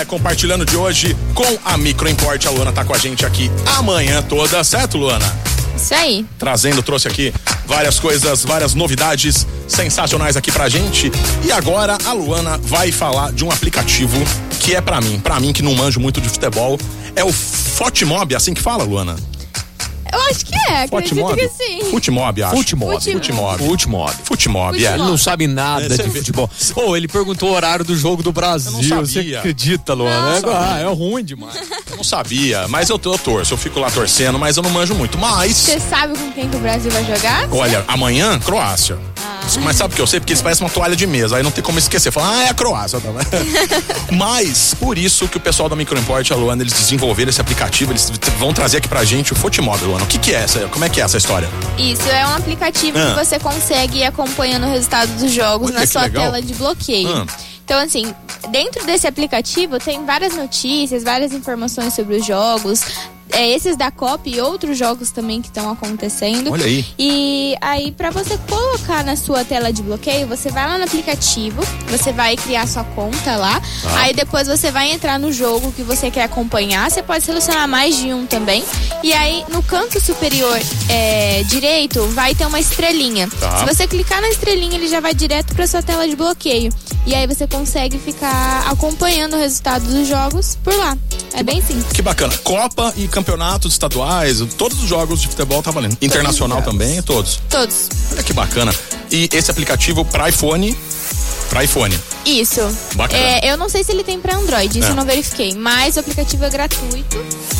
é, compartilhando de hoje com a Micro Import. A Luana tá com a gente aqui amanhã toda, certo, Luana? Isso aí. Trazendo, trouxe aqui várias coisas, várias novidades sensacionais aqui pra gente. E agora a Luana vai falar de um aplicativo que é pra mim, pra mim que não manjo muito de futebol, é o Fotimob, assim que fala, Luana? Eu acho que é, acredito Fotimob? que sim. Futimob, acho. Futimob. Futimob. Futimob. Futimob, é. Ele não sabe nada Você de vê- futebol. Ô, ele perguntou o horário do jogo do Brasil. Eu não Você sabia. acredita, Luana? Não. ah, é ruim demais. Eu não sabia, mas eu, eu torço, eu fico lá torcendo, mas eu não manjo muito. Mas, Você sabe com quem que o Brasil vai jogar? olha, amanhã, Croácia. Mas sabe o que eu sei? Porque eles parecem uma toalha de mesa, aí não tem como esquecer. Falar, ah, é a Croácia. Tá? Mas, por isso que o pessoal da Microimport, a Luana, eles desenvolveram esse aplicativo, eles vão trazer aqui pra gente o Futimob, Luana. O que que é essa? Como é que é essa história? Isso, é um aplicativo Ah. que você consegue ir acompanhando o resultado dos jogos Olha na que sua legal. tela de bloqueio. Ah. Então, assim, dentro desse aplicativo tem várias notícias, várias informações sobre os jogos. É, esses da Copa e outros jogos também que estão acontecendo. Olha aí. E aí, pra você colocar na sua tela de bloqueio, você vai lá no aplicativo, você vai criar sua conta lá. Aí depois você vai entrar no jogo que você quer acompanhar. Você pode selecionar mais de um também. E aí, no canto superior é, direito, vai ter uma estrelinha. Tá. Se você clicar na estrelinha, ele já vai direto pra sua tela de bloqueio. E aí você consegue ficar acompanhando o resultado dos jogos por lá. É bem simples. Que bacana. Copa e campeonatos estaduais, todos os jogos de futebol tá valendo. Internacional também, todos. Todos. Olha que bacana. E esse aplicativo pra iPhone, pra iPhone. Isso. Bacana. É, eu não sei se ele tem pra Android, isso É. eu não verifiquei. Mas o aplicativo é gratuito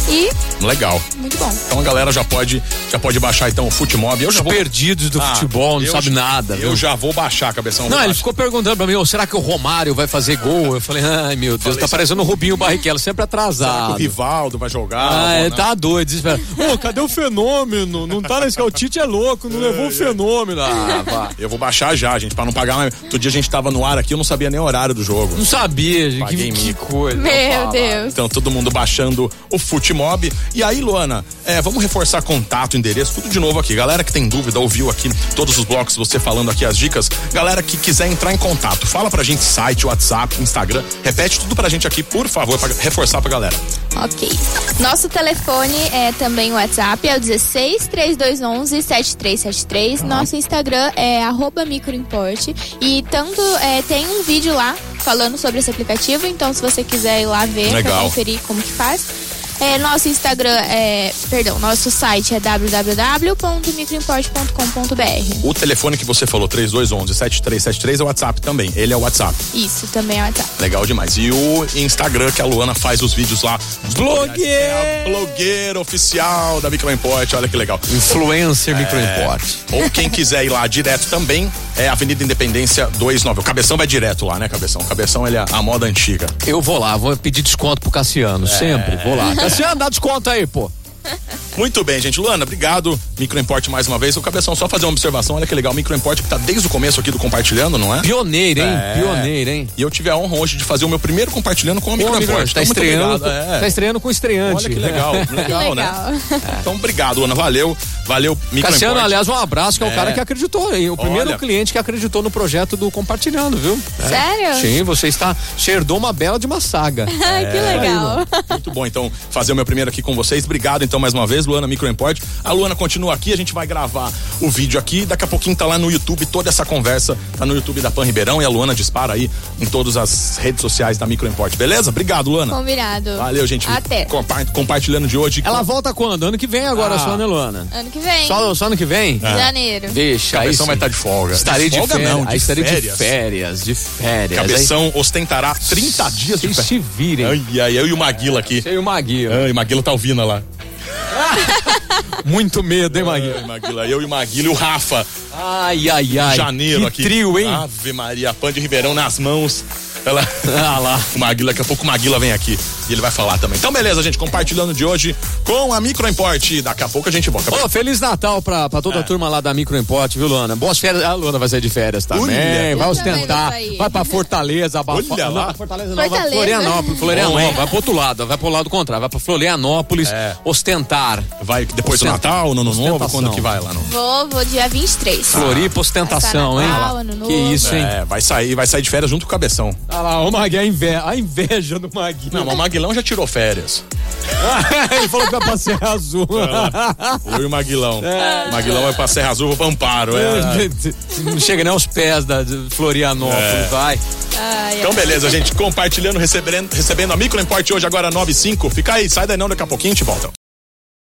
e Legal. muito bom. Então a galera já pode, já pode baixar então o Futimob. Eu já Os vou perdidos do Ah, futebol, não eu sabe já- nada. Eu viu? já vou baixar, cabeção. Não, Vou ele baixar. ficou perguntando pra mim, ô, será que o Romário vai fazer gol? Eu falei, ai meu Deus, Falei tá isso. parecendo o Rubinho Barrichello, sempre Será que o atrasado. Rivaldo vai jogar. Ah, Vou- é, tá doido, desesperado. Ô, cadê o fenômeno? Não tá nesse. O Tite é louco, não levou o fenômeno. Ah, vá. Eu vou baixar já, gente, pra não pagar. mais. Outro dia a gente tava no ar aqui, eu não sabia nem o horário do jogo. Não sabia, gente. Paguei Que, que mico. coisa. Meu Fala. Deus. Então, todo mundo baixando o Futimob. E aí, Luana, é, vamos reforçar contato, endereço, tudo de novo aqui. Galera que tem dúvida, ouviu aqui todos os blocos, você falando aqui as dicas. Galera que quiser entrar em contato, fala pra gente site, WhatsApp, Instagram. Repete tudo pra gente aqui, por favor, pra reforçar pra galera. Ok. Nosso telefone é também o WhatsApp, é o 16 3211 7373. Nosso Instagram é arroba microimport. E tanto é, tem um vídeo lá falando sobre esse aplicativo, então se você quiser ir lá ver, Legal. pra conferir como que faz. É, nosso Instagram é. Perdão, nosso site é www.microimport.com.br. O telefone que você falou, 3211-7373, é o WhatsApp também. Ele é o WhatsApp. Isso também é o WhatsApp. Legal demais. E o Instagram que a Luana faz os vídeos lá. É a Blogueiro! blogueira oficial da Micro Import, olha que legal. Influencer microimport. Ou quem quiser ir lá direto também, é Avenida Independência 29. O Cabeção vai direto lá, né, Cabeção? O Cabeção, ele é a moda antiga. Eu vou lá, vou pedir desconto pro Cassiano, sempre. Vou É. lá. Cassiano, dá desconto aí, pô. Muito bem, gente. Luana, obrigado. Micro Import mais uma vez. O Cabeção, só fazer uma observação, olha que legal. Micro Import que tá desde o começo aqui do Compartilhando, não é? Pioneiro, hein? Pioneiro, hein? E eu tive a honra hoje de fazer o meu primeiro Compartilhando com a Micro Ô, Import. Microimport, tá Então, muito estreando. obrigado. É. Tá estreando com estreante. Olha que legal, Que legal, legal. né? Então, obrigado, Ana. Valeu, valeu, Micro Cassiano, Import. aliás, um abraço, que é o É. cara que acreditou, hein? O primeiro Olha. cliente que acreditou no projeto do Compartilhando, viu? Sério? É. Sim, você está. Você herdou uma bela de uma saga. Ai, que legal. Muito bom, então, fazer o meu primeiro aqui com vocês. Obrigado, então, mais uma vez, Luana Microimport. A Luana continua aqui, a gente vai gravar o vídeo aqui. Daqui a pouquinho tá lá no YouTube, toda essa conversa tá no YouTube da Pan Ribeirão e a Luana dispara aí em todas as redes sociais da Microimport, beleza? Obrigado, Luana. Combinado. Valeu, gente. Até. Compa- Compartilhando de hoje. Ela volta quando? Ano que vem Ah. agora, É. só, né, Luana? Ano que vem. Só, só ano que vem? Janeiro. Deixa, aí Cabeção sim. vai estar de folga. Estarei de, folga férias. não, de aí estarei férias. de férias, de férias. Cabeção ostentará 30 dias de Vocês férias. se virem. Ai, ai, eu e o Maguila aqui. Eu e o Maguila. Ai, Maguila tá ouvindo lá. Muito medo, hein, Maguila? Ai, Maguila, eu e o Maguila e o Rafa. Ai, ai, ai. janeiro que aqui. Ah. trio, hein? Ave Maria, Pan de Ribeirão nas mãos. Ela... Ah lá. O Maguila, daqui a pouco o Maguila vem aqui. e ele vai falar também. Então, beleza, gente, compartilhando de hoje com a Micro Import. Daqui a pouco a gente volta. Ô, Feliz Natal pra, pra É. toda a turma lá da Microimport, viu, Luana? Boas férias. A Luana vai sair de férias também. Olha. Eu Vai também ostentar. vou sair. Vai pra Fortaleza, abafo... Olha lá. Não, Fortaleza não, vai pra Fortaleza. Florianópolis. Florianópolis. Vai pro outro lado, vai pro lado contrário. Vai pra Florianópolis É. ostentar. Vai depois do Ostenta- Natal, no Ano Novo, ostentação. quando que vai lá no. Vou, vou dia 23. Floripa, ostentação, hein? Passar Natal, Ano Que Novo. isso, hein? É, vai sair, vai sair de férias junto com o cabeção. Olha lá, o Magui, a inveja, a inveja do Magui. Não, mas o Maguilão já tirou férias. Ele falou que vai pra Serra Azul. É, Oi, o Maguilão. É. O Maguilão vai pra Serra Azul, vou pra Amparo. É. Não chega nem aos pés da de Florianópolis, É. vai. Ai, Então, beleza, gente. Compartilhando, recebendo, recebendo a Micro Import hoje, agora 9 e 5. Fica aí, sai daí não, daqui a pouquinho a gente volta.